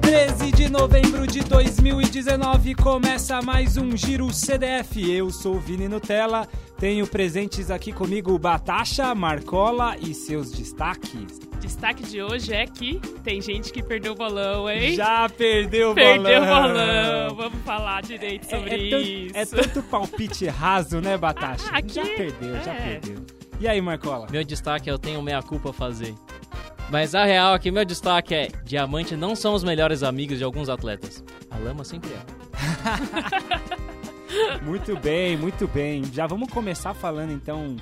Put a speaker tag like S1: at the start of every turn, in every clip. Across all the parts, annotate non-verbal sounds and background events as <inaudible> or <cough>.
S1: 13 de novembro de 2019 começa mais um Giro CDF. Eu sou Vini Nutella, tenho presentes aqui comigo Batasha, Marcola e seus destaques.
S2: Destaque de hoje é que tem gente que perdeu o bolão, hein?
S1: Já perdeu o
S2: perdeu o
S1: bolão.
S2: bolão. Vamos falar direito sobre
S1: é, tan-
S2: isso.
S1: é tanto palpite raso, né, Batasha?
S2: Ah, aqui-
S1: já perdeu, já
S2: é.
S1: perdeu. E aí, Marcola?
S3: Meu destaque é eu tenho meia culpa a fazer. Mas a real é que meu destaque é: diamante não são os melhores amigos de alguns atletas. A lama sempre é.
S1: Muito bem, muito bem. Já vamos começar falando então.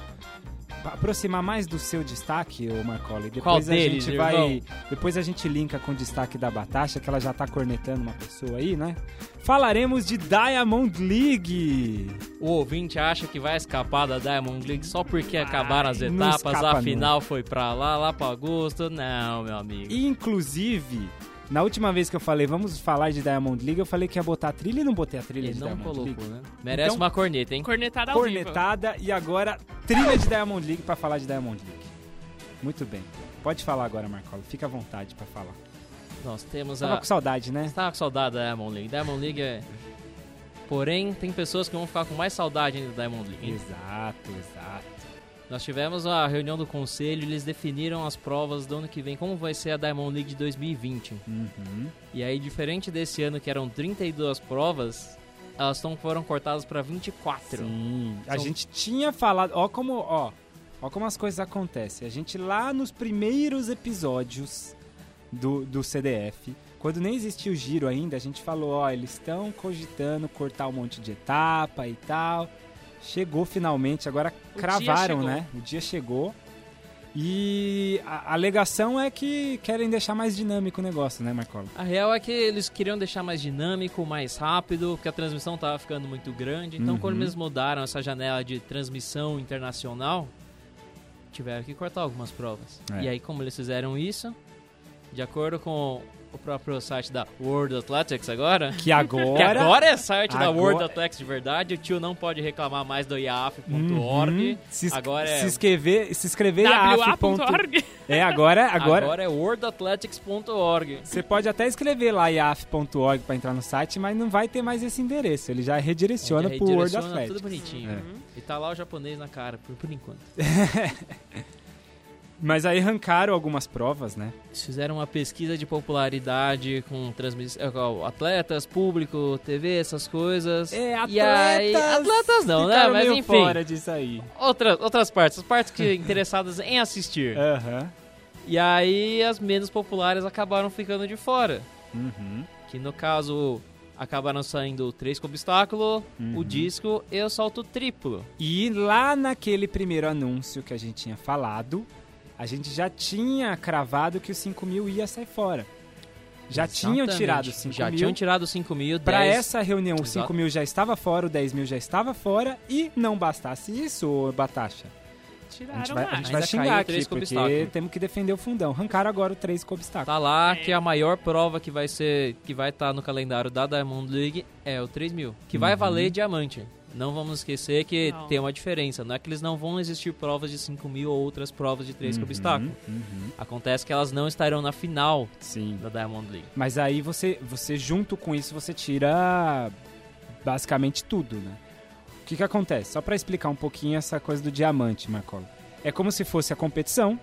S1: pra Aproximar mais do seu destaque, ô Marcola. E depois
S3: Qual
S1: a
S3: deles,
S1: gente vai.
S3: irmão?
S1: Depois a gente linka com o destaque da Batasha, que ela já tá cornetando uma pessoa aí, né? Falaremos de Diamond League.
S3: O ouvinte acha que vai escapar da Diamond League só porque
S2: Vai,
S3: acabaram as
S1: não
S3: etapas,
S1: escapa,
S3: a final foi pra lá, lá pra agosto. Não, meu amigo.
S1: Inclusive, na última vez que eu falei, vamos falar de Diamond League, eu falei que ia botar a trilha e não botei a trilha
S3: Ele
S1: de
S3: não
S1: Diamond
S3: colocou, Tá
S1: League.
S3: né? Merece
S1: Então-
S3: uma corneta, hein?
S2: Cornetada ao
S1: Cornetada e agora trilha de Diamond League pra falar de Diamond League. Muito bem. Pode falar agora, Marcola. Fica à vontade pra falar.
S3: Nós temos
S1: Tava
S3: a.
S1: com saudade, né?
S3: Você tava com saudade da Diamond League. Diamond League é. Porém, tem pessoas que vão ficar com mais saudade ainda da Diamond League.
S1: Exato, exato.
S3: Nós tivemos a reunião do conselho, eles definiram as provas do ano que vem, como vai ser a Diamond League de 2020.
S1: Uhum.
S3: E aí, diferente desse ano que eram 32 provas, elas tão, foram cortadas para 24.
S1: Sim. A
S3: São-
S1: gente tinha falado, ó como, ó, ó como as coisas acontecem. A gente lá nos primeiros episódios do, do CDF, quando nem existia o giro ainda, a gente falou, ó, eles estão cogitando cortar um monte de etapa e tal. Chegou finalmente, agora
S2: dia
S1: cravaram,
S2: chegou.
S1: né? O dia chegou. E a a alegação é que querem deixar mais dinâmico o negócio, né, Marcola?
S3: A real é que eles queriam deixar mais dinâmico, mais rápido, porque a transmissão tava ficando muito grande. Então,
S1: Uhum.
S3: quando eles mudaram essa janela de transmissão internacional, tiveram que cortar algumas provas.
S1: É.
S3: E aí, como eles fizeram isso, de acordo com o próprio site da World Athletics agora,
S1: Que agora,
S3: que agora é site da
S1: Agora-
S3: World Athletics de verdade, o tio não pode reclamar mais do IAF.org.
S1: Uhum. Se, es-
S3: Agora é-
S1: se inscrever, se é inscrever
S2: vivo.
S1: IAF.
S2: WA.org.
S1: É,
S3: <laughs>
S1: agora,
S3: Agora,
S1: agora.
S3: é worldathletics.org.
S1: Você pode até escrever lá iaf.org para entrar no site, mas não vai ter mais esse endereço. Ele já redireciona
S3: Ele
S1: pro World
S3: redireciona
S1: Athletics. É.
S3: Tudo bonitinho. E tá lá o japonês na cara, por, por enquanto.
S1: Mas aí arrancaram algumas provas, né?
S3: Eles fizeram uma pesquisa de popularidade com transmiss... eh, com atletas, público, TV, essas coisas. E aí- atletas não, né?
S1: É, ficaram
S3: Mas
S1: meio
S3: enfim.
S1: fora disso aí.
S3: Outras, outras partes, as
S1: <laughs>
S3: partes que interessadas em assistir.
S1: Aham.
S3: E aí as menos populares acabaram ficando de fora.
S1: Uhum.
S3: Que no caso acabaram saindo o 3 com obstáculo,
S1: Uhum.
S3: o disco e o salto triplo.
S1: E lá naquele primeiro anúncio que a gente tinha falado, a gente já tinha cravado que os 5 mil ia sair fora. Já tinham
S3: Exatamente.
S1: tirado os 5
S3: Já
S1: mil.
S3: tinham tirado os 5 mil,
S1: Pra
S3: 10
S1: essa reunião, os 5
S3: é Exato.
S1: mil já estava fora, o 10 mil já estava fora, e não bastasse isso, ô Batasha. A gente
S2: <laughs> Tiraram
S1: vai, a
S2: mais.
S1: gente vai
S3: Ainda
S1: xingar
S3: caiu o
S1: aqui,
S3: três com
S1: porque
S3: obstáculo.
S1: temos que defender o fundão. Arrancaram agora o 3 com obstáculo.
S3: Tá lá que a maior prova que vai ser, que vai estar no calendário da Diamond League é o 3000, que vai
S1: Uhum.
S3: valer diamante. Não vamos esquecer que
S2: Não.
S3: tem uma diferença, não é que eles não vão existir provas de 5 mil ou outras provas de 3 com
S1: Uhum,
S3: obstáculo.
S1: uhum,
S3: Acontece que elas não estarão na final
S1: sim.
S3: da Diamond League.
S1: Mas aí você, você, junto com isso, você tira basicamente tudo, né? O que, que acontece? Só pra explicar um pouquinho essa coisa do diamante, Marcola. É como se fosse a competição.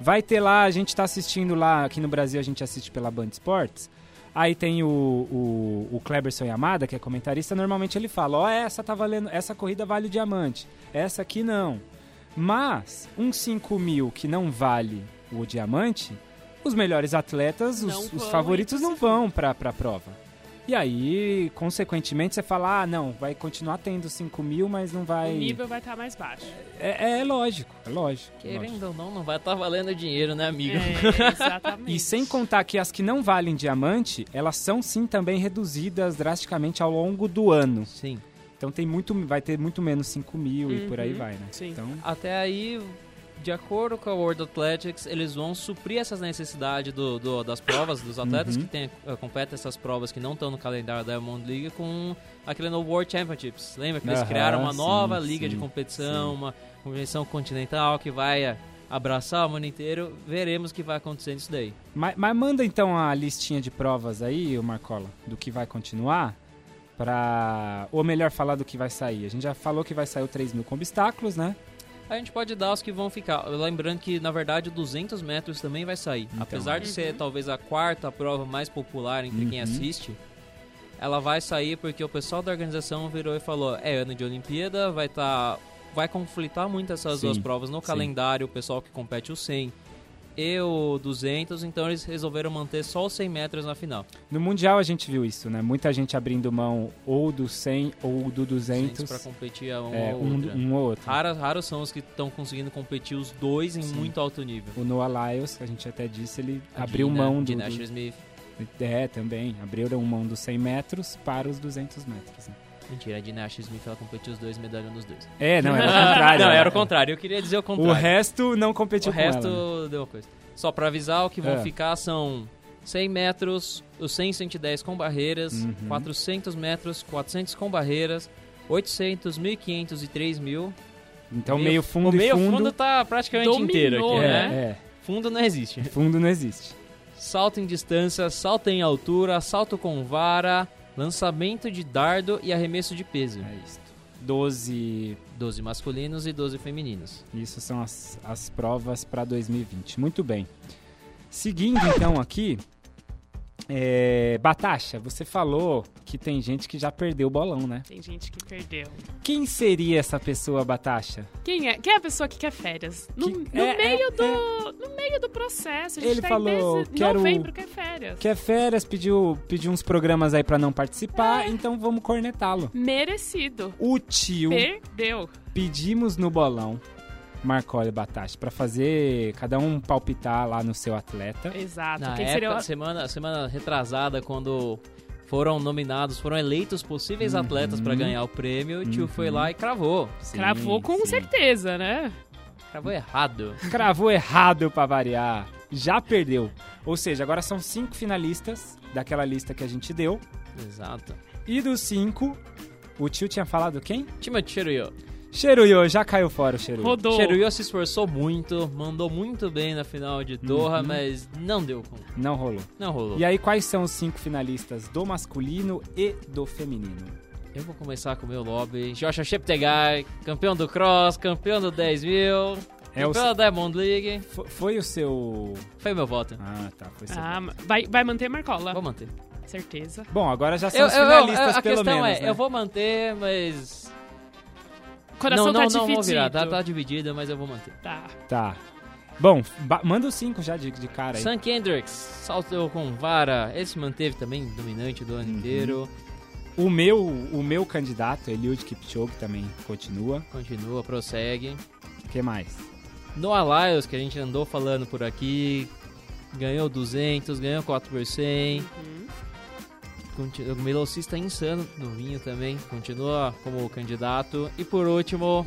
S1: Vai ter lá, a gente tá assistindo lá, aqui no Brasil a gente assiste pela Band Esportes. Aí tem o, o, o Kleberson Yamada, que é comentarista, normalmente ele fala, ó, essa tá valendo, essa corrida vale o diamante, essa aqui não. Mas, um 5 mil que não vale o diamante, os melhores atletas,
S2: Não
S1: os,
S2: vão
S1: os
S2: e
S1: favoritos não
S2: você-
S1: vão pra, pra prova. E aí, consequentemente, você fala, ah, não, vai continuar tendo 5 mil, mas não
S2: O
S1: vai...
S2: nível vai estar mais baixo.
S1: É, é lógico, é lógico. lógico.
S3: Querendo ou não, não vai estar valendo dinheiro, né, amigo?
S1: <laughs>
S2: É, exatamente.
S1: E sem contar que as que não valem diamante, elas são sim também reduzidas drasticamente ao longo do ano.
S3: Sim.
S1: Então tem muito, vai ter muito menos 5 mil e
S2: Uhum,
S1: por aí vai, né?
S2: sim.
S1: Então,
S3: Até aí, de acordo com a World Athletics, eles vão suprir essas necessidades do, do- das provas, dos atletas
S1: Uhum.
S3: que tem, eh, competem essas provas que não estão no calendário da Diamond League com aquele no World Championships. Lembra que eles
S1: Aham,
S3: criaram uma
S1: sim,
S3: nova liga
S1: sim,
S3: de competição, uma competição continental que vai eh, abraçar o mundo inteiro, veremos o que vai acontecendo isso daí.
S1: Mas, mas manda então a listinha de provas aí, o Marcola, do que vai continuar. Pra... Ou melhor, falar do que vai sair. A gente já falou que vai sair o 3 mil com obstáculos, né?
S3: A gente pode dar os que vão ficar. Lembrando que, na verdade, o 200 metros também vai sair.
S1: Então.
S3: Apesar de ser talvez a quarta prova mais popular entre quem
S1: Uhum.
S3: assiste, ela vai sair porque o pessoal da organização virou e falou: é ano de Olimpíada, vai estar. vai conflitar muito essas
S1: Sim,
S3: duas provas no
S1: sim.
S3: calendário, o pessoal que compete o 100 e o 200, então eles resolveram manter só os 100 metros na final.
S1: No Mundial a gente viu isso, né? Muita gente abrindo mão ou do 100 ou do 200.
S3: Para competir a uma
S1: é,
S3: ou né?
S1: um,
S3: Ah. outra.
S1: um ou outro.
S3: Raras, raros são os que estão conseguindo competir os dois em
S1: Sim.
S3: muito alto nível.
S1: O Noah Lyles, a gente até disse, ele
S3: Aqui,
S1: abriu
S3: né,
S1: mão
S3: de
S1: do,
S3: Nasher
S1: do-
S3: Smith.
S1: É, também. Abriram mão dos 100 metros para os 200 metros. né?
S3: Mentira, a Dina Ashley Smith ela competiu os dois medalhas nos dois.
S1: É, não, era o
S3: <laughs>
S1: contrário.
S3: Ah, não, era o contrário. Eu queria dizer o
S1: O
S3: contrário.
S1: resto não competiu
S3: O
S1: com
S3: resto
S1: ela, né?
S3: deu uma coisa. Só pra avisar, o que vão
S1: É.
S3: ficar são 100 metros, os 100 e 110 com barreiras,
S1: Uhum.
S3: 400 metros, 400 com barreiras, 800, 1500 e 3000.
S1: Então meio fundo
S3: O meio
S1: e fundo...
S3: fundo tá praticamente
S2: Dominou,
S3: inteiro aqui,
S1: é,
S3: né?
S1: é,
S3: Fundo não existe.
S1: fundo não existe.
S3: Salto em distância, salto em altura, salto com vara, lançamento de dardo e arremesso de peso.
S1: É isto. 12
S3: 12 masculinos e 12 femininos.
S1: Isso são as, as provas para 2020. Muito bem. Seguindo então aqui, é, Batasha, você falou que tem gente que já perdeu o bolão, né?
S2: Tem gente que perdeu.
S1: Quem seria essa pessoa, Batasha?
S2: Quem é? Quem é a pessoa que quer férias? No,
S1: Que-
S2: no
S1: é,
S2: meio
S1: é,
S2: do, no meio do processo. A gente
S1: Ele
S2: tá
S1: falou,
S2: em dezembro,
S1: quero-
S2: novembro, quer férias.
S1: Quer é férias, pediu, pediu uns programas aí para não participar,
S2: É.
S1: então vamos cornetá-lo.
S2: Merecido.
S1: O tio,
S2: Perdeu.
S1: pedimos no bolão, Marcola e Batasha, para fazer cada um palpitar lá no seu atleta.
S2: Exato.
S3: Na
S2: Quem
S3: época,
S2: seria o...
S3: semana, semana retrasada, quando foram nominados, foram eleitos possíveis
S1: Uhum.
S3: atletas pra ganhar o prêmio, o tio
S1: Uhum.
S3: foi lá e cravou.
S2: Cravou
S1: Sim,
S2: com
S1: sim.
S2: certeza, né?
S3: Cravou errado. <laughs>
S1: Cravou errado pra variar. Já perdeu. Ou seja, agora são cinco finalistas daquela lista que a gente deu.
S3: Exato.
S1: E dos cinco, o tio tinha falado quem?
S3: Timothy Cheruyo.
S1: Cheruyo, já caiu fora o Cheruyo.
S2: Rodou.
S3: Cheruyo se esforçou muito, mandou muito bem na final de Doha,
S1: Uhum.
S3: mas não deu com.
S1: Não rolou.
S3: Não rolou.
S1: E aí, quais são os cinco finalistas do masculino e do feminino?
S3: Eu vou começar com o meu lobby. Joshua Cheptegei, campeão do cross, campeão do 10 mil,
S1: É o
S3: campeão da Diamond League.
S1: fo- Foi o seu.
S3: Foi meu voto.
S1: Ah, tá. Foi
S3: é
S1: seu.
S2: Ah, vai, vai manter Marcola.
S3: Vou manter.
S2: Certeza.
S1: Bom, agora já Ah. são
S3: Eu,
S1: os
S3: eu- eu-
S1: finalistas,
S3: a
S1: pelo
S3: questão
S1: menos.
S3: é,
S1: né?
S3: eu vou manter, mas
S2: Coração
S3: não, não,
S2: tá
S3: não
S2: dividido.
S3: vou virar, tá, tá dividida, mas eu vou manter.
S2: Tá.
S1: Tá. Bom, ba- manda os cinco já de, de cara aí.
S3: Sam Kendricks saltou com vara, ele se manteve também dominante do
S1: Uhum.
S3: ano inteiro,
S1: O meu, o meu candidato, Eliud Kipchoge, também continua.
S3: continua, prossegue.
S1: O que mais?
S3: Noah Lyles, que a gente andou falando por aqui, ganhou 200, ganhou 4 por 100,
S2: Uhum.
S3: continu- o velocista insano, novinho também, continua como candidato. E por último,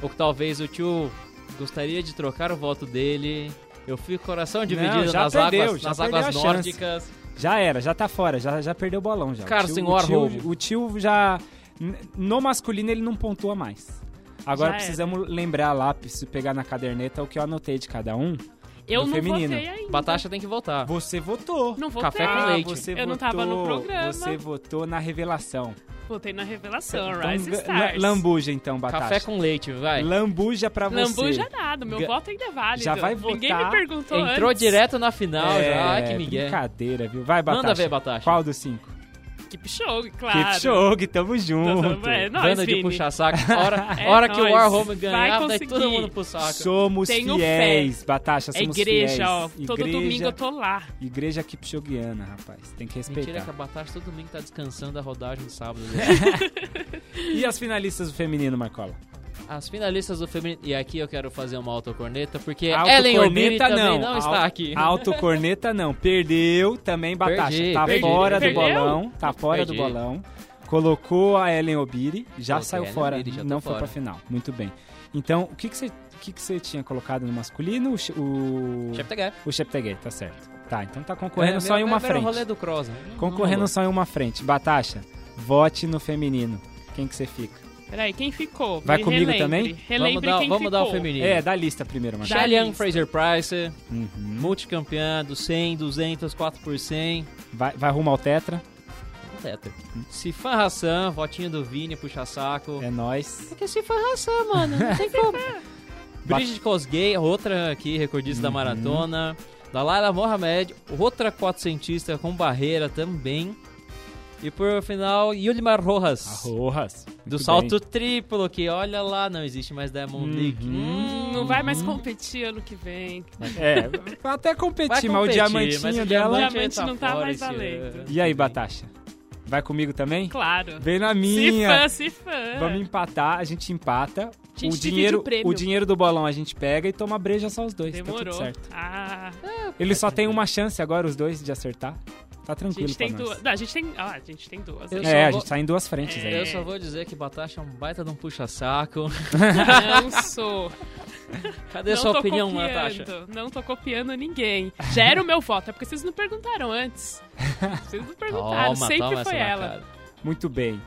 S3: o que talvez o tio gostaria de trocar o voto dele... Eu fico coração dividido
S1: já
S3: nas
S1: perdeu,
S3: águas,
S1: já
S3: nas
S1: perdeu a
S3: águas
S1: chance.
S3: nórdicas.
S1: Já era, já tá fora, já, já perdeu o bolão já. O
S3: Cara,
S1: tio-
S3: senhor
S1: o tio,
S3: roubo.
S1: o tio já. n- No masculino ele não pontua mais. Agora
S2: Já
S1: precisamos lembrar lá, preciso pegar na caderneta o que eu anotei de cada um.
S2: Eu
S1: Do
S2: não
S1: feminino.
S2: votei ainda.
S3: Batasha tem que voltar.
S1: Você votou.
S2: Não votei.
S3: Café com
S1: Ah,
S3: leite.
S1: Você
S2: Eu
S1: votou,
S2: não tava no programa.
S1: Você votou na revelação.
S2: Votei na revelação,
S1: Então,
S2: Rise
S1: ga-
S2: Stars.
S1: la- Lambuja então, Batata.
S3: Café com leite, vai.
S1: Lambuja pra você.
S2: Lambuja nada, meu
S1: Ga-
S2: voto ainda é válido.
S1: Já vai
S2: Ninguém me
S1: votar,
S2: perguntou
S3: Entrou
S2: antes.
S3: direto na final
S1: é,
S3: já. Ai, que migué.
S1: Brincadeira, viu? Vai, Batata.
S3: Manda ver, Batasha.
S1: Qual dos cinco?
S2: Kipchoge, claro. É
S1: Kipchoge, tamo junto.
S2: Então, é nóis,
S3: Banda de
S2: Vini.
S3: puxar saco.
S1: <laughs>
S3: Hora,
S2: É
S3: hora que o
S2: nóis.
S3: Warhol
S2: Vai
S3: ganhar, daí
S2: conseguir.
S3: todo mundo pro saco.
S1: Somos
S2: Tenho
S1: fiéis, Batasha,
S2: É
S1: somos
S2: igreja,
S1: fiéis.
S2: ó. Todo domingo eu tô lá.
S1: Igreja Kipchogiana, rapaz. Tem que
S3: Mentira que
S1: respeitar.
S3: a Batasha todo mundo tá descansando da rodagem
S1: <laughs>
S3: de sábado. né?
S1: E as finalistas do feminino, Marcola?
S3: As finalistas do feminino... E aqui eu quero fazer uma autocorneta, porque
S2: É,
S3: Ellen O'Beary
S1: Autocorneta
S3: também não,
S1: não.
S3: está aqui.
S1: A autocorneta não. Perdeu também, Batasha.
S3: Perdi,
S1: tá
S3: perdi.
S1: fora
S2: Perdeu?
S1: do bolão. Tá fora do
S3: Perdi.
S1: bolão. Colocou a Ellen Obiri, já
S3: Coloquei
S1: saiu
S3: a Ellen
S1: fora,
S3: Obiri, já tô
S1: não foi
S3: fora.
S1: pra final. Muito bem. Então, o que que você o que que você tinha colocado no masculino? O, Che- o,
S3: Cheptegei.
S1: o Cheptegei, tá certo. Tá, então
S3: É,
S1: tá concorrendo só em uma
S3: Era o
S1: frente.
S3: rolê do Cross. né? Não
S1: Concorrendo
S3: rolou.
S1: só em uma frente. Batasha, vote no feminino. Quem que você fica?
S2: Peraí, quem ficou?
S1: Vai
S2: Me
S1: comigo
S2: relembre.
S1: também?
S2: Relembre
S3: vamos dar,
S2: quem
S3: vamos
S2: ficou.
S3: dar o feminino.
S1: É, da lista primeiro, Marcos.
S2: Já-
S3: Shalian
S2: lista.
S3: Fraser Price,
S1: Uhum.
S3: multicampeã do 100, 200, 4 por 100.
S1: Vai, vai rumo ao Tetra.
S3: Tetra. Sifan Hassan, votinho do Vini, puxa saco.
S1: Uhum. É nóis.
S3: Porque Sifan Hassan, mano, não
S2: <laughs>
S3: tem como. Bridget Cosgay, outra aqui, recordista
S1: Uhum.
S3: da maratona. Dalila Mohamed, outra quatrocentista com barreira também. E por final, Yulimar Rojas,
S1: Arrojas. Ah, Muito
S3: do
S1: bem. Uhum.
S3: salto triplo, que olha lá, não existe mais Diamond League. né?
S2: Hum, não vai mais competir ano que vem.
S1: É, vai até competir,
S3: Vai
S1: mas o
S3: competir,
S1: diamantinho
S3: mas o
S1: dela.
S2: diamante-
S3: vai tá
S2: não tá
S3: fora
S2: mais
S3: esse ano.
S2: valendo.
S1: E aí, Batasha? Vai comigo também?
S2: Claro.
S1: Vem na
S2: Se fã,
S1: minha.
S2: se fã.
S1: Vamos empatar, a gente empata.
S2: Gente,
S1: o
S2: divide
S1: dinheiro,
S2: o prêmio.
S1: o dinheiro do bolão a gente pega e toma breja só os dois. Tá tudo
S2: Demorou.
S1: certo.
S2: ah,
S1: Ele só tem uma chance agora, os dois, de acertar. Tá
S2: a
S1: tranquilo
S2: gente tem
S1: pra nós.
S2: duas. Não, a gente tem. Ah, a gente tem duas.
S3: Eu
S2: né?
S3: só
S1: É, a
S3: vou-
S1: gente tá em duas frentes
S2: É.
S1: aí.
S3: Eu só vou dizer que Batasha é um baita de um puxa-saco. <laughs>
S2: <laughs> Não sou.
S3: Cadê
S2: não
S3: sua
S2: tô
S3: opinião,
S2: copiando,
S3: Natasha?
S2: Não tô copiando ninguém. Já era o meu voto, é porque vocês não perguntaram antes. Vocês não perguntaram, sempre foi
S3: essa
S2: ela.
S3: marcada.
S1: Muito bem.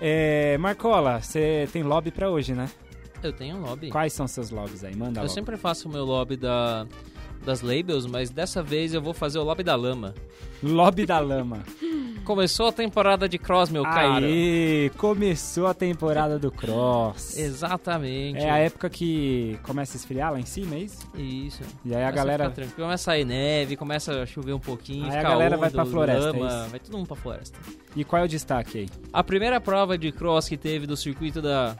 S1: É, Marcola, você tem lobby pra hoje, né?
S3: Eu tenho um lobby.
S1: Quais são seus lobbies aí? Manda
S3: Eu
S1: logo.
S3: sempre faço o meu lobby da, das labels, mas dessa vez eu vou fazer o lobby da lama.
S1: Lobby da
S3: <laughs>
S1: lama. Hum.
S3: Começou a temporada de cross, meu cara.
S1: Aê, começou a temporada do Cross.
S3: Exatamente.
S1: É a época que começa a esfriar lá em cima, é isso?
S3: Isso.
S1: E aí a
S3: Começa
S1: galera.
S3: ficar tranquila, começa a sair neve, começa a chover um pouquinho,
S1: Aí a
S3: fica
S1: galera
S3: úmido,
S1: vai pra floresta,
S3: lama,
S1: é isso?
S3: vai todo mundo pra floresta.
S1: E qual é o destaque aí?
S3: A primeira prova de cross que teve do circuito da.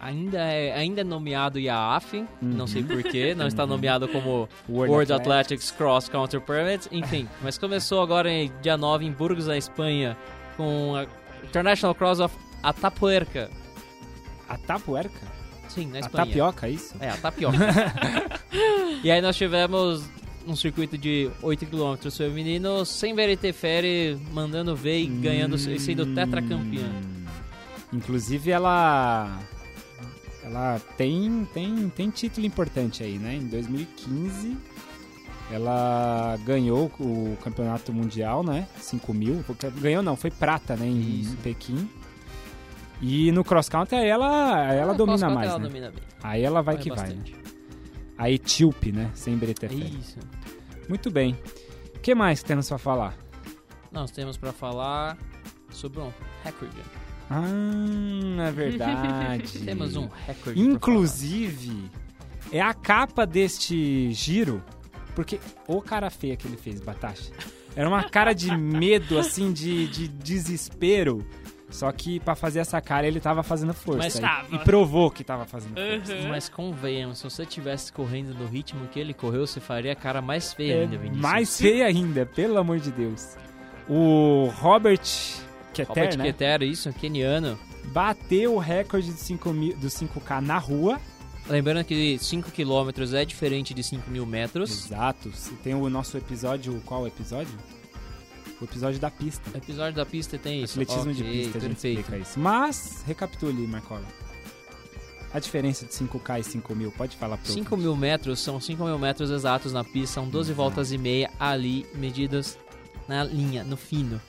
S3: Ainda é, ainda é nomeado IAAF, não sei porquê, não está nomeado como
S1: World
S3: Uhum. World, Athletics Cross Counter Permit, enfim. Mas começou agora em dia 9 em Burgos, na Espanha, com a International Cross of Atapuerca.
S1: A tapuerca?
S3: Sim, na
S1: A
S3: Espanha.
S1: tapioca, isso?
S3: É, a <laughs> tapioca. e aí nós tivemos um circuito de 8km feminino, sem Veretefere, mandando ver e ganhando e sendo tetracampeã.
S1: Hum. Inclusive ela ela tem tem tem título importante aí, né? Em 2015 ela ganhou o campeonato mundial, né? 5 mil. Ganhou não, foi prata, né? Em
S3: Isso.
S1: Pequim. E no cross country aí ela, aí ela
S3: Ah,
S1: domina
S3: Cosco,
S1: mais,
S3: Ela
S1: né?
S3: domina bem.
S1: Aí ela vai
S3: Vai
S1: que vai, né?
S3: bastante.
S1: A Etíope, né? Sem Bretefé.
S3: Isso.
S1: Muito bem. O que mais temos pra falar?
S3: Nós temos pra falar sobre um recorde.
S1: Ah, é verdade.
S3: <laughs> Temos um recorde. pra
S1: Inclusive, é a capa deste giro, porque o cara feia que ele fez, Batacha, era uma cara de medo, assim, de, de desespero. Só que pra fazer essa cara ele tava fazendo força.
S3: Mas
S1: e-
S2: tava.
S1: E, provou que tava fazendo força.
S2: Uhum.
S3: Mas convenhamos, se você estivesse correndo no ritmo que ele correu, você faria a cara mais feia
S1: É
S3: ainda, Vinícius.
S1: mais feia ainda, pelo amor de Deus. O Robert
S3: Robert
S1: Keter, né?
S3: Quetero, isso, um keniano.
S1: Bateu o recorde dos 5 mil- dos 5K na rua.
S3: Lembrando que 5km é diferente de 5 mil metros.
S1: Exato. E Tem o nosso episódio, qual episódio? O episódio da pista.
S3: O episódio da pista tem isso.
S1: Atletismo de
S3: Ok,
S1: pista, a gente
S3: perfeito.
S1: explica isso. Mas, recapitule, Marcola. A diferença de 5K e 5.000, pode falar pro
S3: 5 mil metros são 5 mil metros exatos na pista, são 12
S1: Uhum.
S3: voltas e meia ali, medidas na linha, no fino.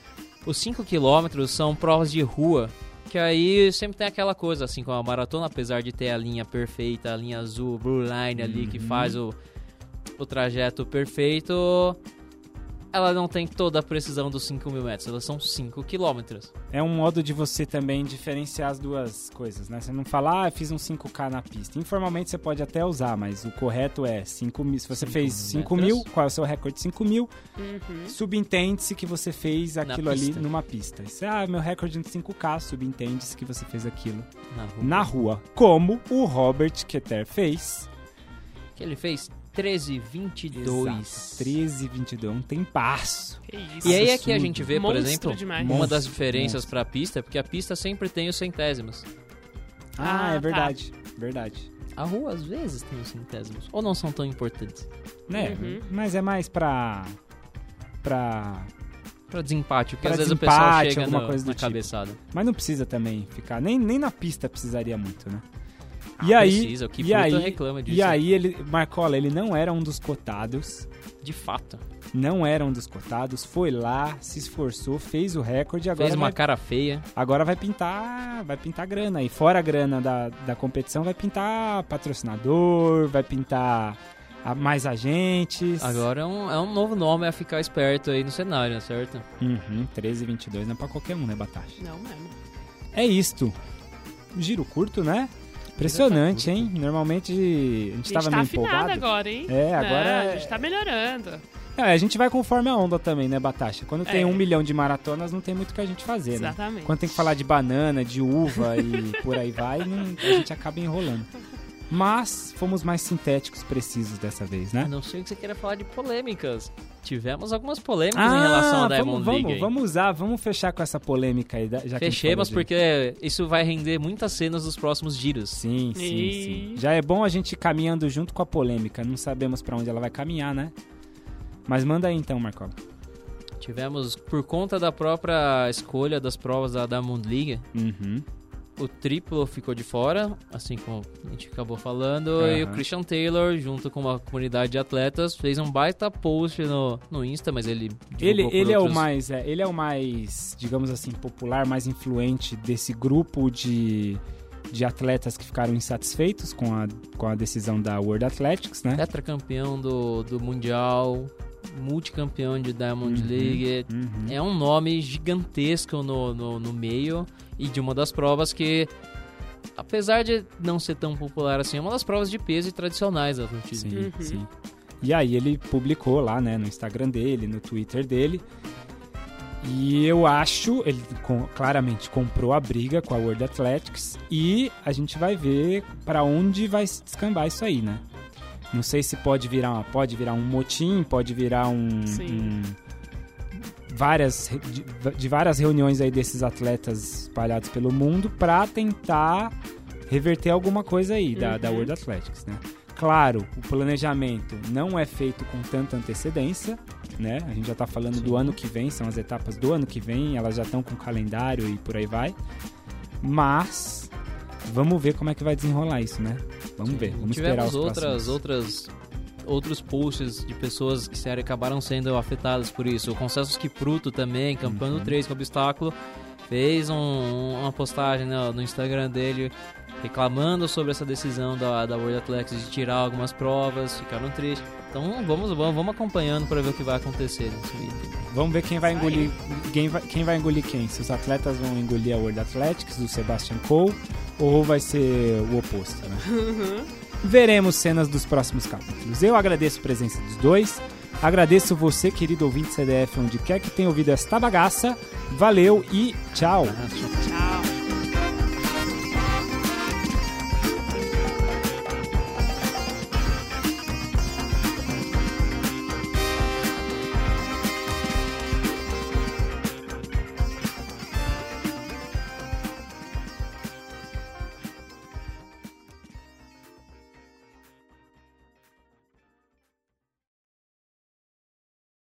S3: Os 5 quilômetros são provas de rua, que aí sempre tem aquela coisa, assim como a maratona, apesar de ter a linha perfeita, a linha azul, blue line ali,
S1: Uhum.
S3: que faz o, o trajeto perfeito, ela não tem toda a precisão dos 5 mil metros, elas são 5 quilômetros.
S1: É um modo de você também diferenciar as duas coisas, né? Você não fala, ah, eu fiz um 5K na pista. Informalmente você pode até usar, mas o correto é 5 mil. Se você
S3: Cinco
S1: fez
S3: mil
S1: 5
S3: metros. Hum?
S1: mil, qual é o seu recorde? 5 mil.
S2: uhum,
S1: Subentende-se que você fez aquilo ali
S3: pista.
S1: numa pista. Isso, ah, meu recorde de 5K, subentende-se que você fez aquilo
S3: Na rua.
S1: na rua. Como o Robert Keter fez.
S3: Que ele fez 13,22.
S1: 13 e 22, um tempasso.
S2: Que isso.
S3: E aí é
S1: Absurdo.
S3: que a gente vê, por
S2: Monstro
S3: exemplo,
S2: demais.
S3: uma das
S1: Monstro,
S3: diferenças
S1: monstro.
S3: pra pista, é porque a pista sempre tem os centésimos.
S1: Ah,
S2: Ah,
S1: é
S2: tá.
S1: verdade. Verdade.
S3: A rua às vezes tem os centésimos, ou não são tão importantes.
S1: Né?
S2: Uhum.
S1: Mas é mais pra. pra.
S3: Pra desempate, porque
S1: Pra
S3: às vezes o
S1: desempate,
S3: pessoal chega
S1: alguma
S3: na,
S1: coisa do
S3: na
S1: tipo.
S3: cabeçada.
S1: Mas não precisa também ficar. Nem, nem na pista precisaria muito, né? E
S3: Ah,
S1: aí-
S3: precisa, o que
S1: e aí-
S3: reclama disso.
S1: E aí, ele, Marcola, ele não era um dos cotados,
S3: De fato.
S1: não era um dos cotados, foi lá, se esforçou, fez o recorde, agora, é
S3: Fez uma
S1: vai,
S3: cara feia.
S1: agora vai pintar vai pintar grana. E fora a grana da, da competição, vai pintar patrocinador, vai pintar a- mais agentes.
S3: Agora é um, é um novo nome a ficar esperto aí no cenário, né, certo?
S1: Uhum, 13 22 não é pra qualquer um, né, Batashi?
S2: Não mesmo.
S1: É isto. Giro curto, né? Impressionante,
S3: tá curto.
S1: hein? Normalmente a gente
S2: a
S1: tava
S2: gente tá
S1: meio
S2: afinado
S1: empolgado.
S2: agora, hein?
S1: É, agora
S2: Não, a
S1: é-
S2: gente tá melhorando.
S1: É, a gente vai conforme a onda também, né, Batasha? Quando tem
S2: É.
S1: um milhão de maratonas, não tem muito o que a gente fazer, né?
S2: Exatamente.
S1: Quando tem que falar de banana, de uva e por aí vai, não- a gente acaba enrolando. Mas fomos mais sintéticos, precisos dessa vez,
S3: A
S1: né?
S3: não sei o que você queira falar de polêmicas. Tivemos algumas polêmicas
S1: Ah,
S3: em relação ao
S1: vamos,
S3: Diamond League.
S1: vamos,
S3: aí.
S1: vamos usar, vamos fechar com essa polêmica aí, da- já que a gente
S3: Fechemos
S1: falou de-
S3: porque isso vai render muitas cenas dos próximos giros.
S1: Sim, sim,
S2: E-
S1: sim. Já é bom a gente ir caminhando junto com a polêmica. Não sabemos pra onde ela vai caminhar, né? Mas manda aí então, Marcola.
S3: Tivemos, por conta da própria escolha das provas da Diamond League,
S1: Uhum.
S3: o triplo ficou de fora, assim como a gente acabou falando, e o
S1: Aham.
S3: Christian Taylor, junto com uma comunidade de atletas, fez um baita post no, no Insta, mas ele divulgou
S1: Ele,
S3: por
S1: ele é o
S3: outros-
S1: mais, é, ele é o mais, digamos assim, popular, mais influente desse grupo de, de atletas que ficaram insatisfeitos com a, com a decisão da World Athletics, né?
S3: tetracampeão do, do Mundial, multicampeão de Diamond
S1: Uhum.
S3: League.
S1: Uhum.
S3: É um nome gigantesco no, no, no meio e de uma das provas que, apesar de não ser tão popular assim, é uma das provas de peso e tradicionais da atletismo.
S1: Sim,
S2: Uhum.
S1: sim. E aí ele publicou lá, né, no Instagram dele, no Twitter dele. E eu acho, ele com- claramente comprou a briga com a World Athletics e a gente vai ver pra onde vai se descambar isso aí, né? Não sei se pode virar, uma- pode virar um motim, pode virar um,
S2: Sim.
S1: um- várias re- de, de várias reuniões aí desses atletas espalhados pelo mundo pra tentar reverter alguma coisa aí da, da
S2: Uhum.
S1: World Athletics, né? Claro, o planejamento não é feito com tanta antecedência, né? A gente já tá falando do ano que vem, são as etapas do ano que vem, elas já estão com calendário e por aí vai. Mas vamos ver como é que vai desenrolar isso, né? Vamos ver, vamos esperar os
S3: Tivemos outras,
S1: próximos.
S3: outras, outros posts de pessoas que sério, acabaram sendo afetadas por isso. O Consensus Kipruto também, campeão
S1: Uhum.
S3: do 3 com obstáculo, fez um- uma postagem no, no Instagram dele reclamando sobre essa decisão da, da World Athletics de tirar algumas provas, ficaram tristes. Então vamos, vamos, vamos acompanhando para ver o que vai acontecer nesse item.
S1: Vamos ver quem vai
S2: Isso aí.
S1: engolir quem vai, quem vai engolir quem. Se os atletas vão engolir a World Athletics do Sebastian Cole ou vai ser o oposto, né? Veremos cenas dos próximos capítulos. Eu agradeço a presença dos dois. Agradeço você, querido ouvinte CDF, onde quer que tenha ouvido esta bagaça. Valeu e tchau.
S3: Abraço.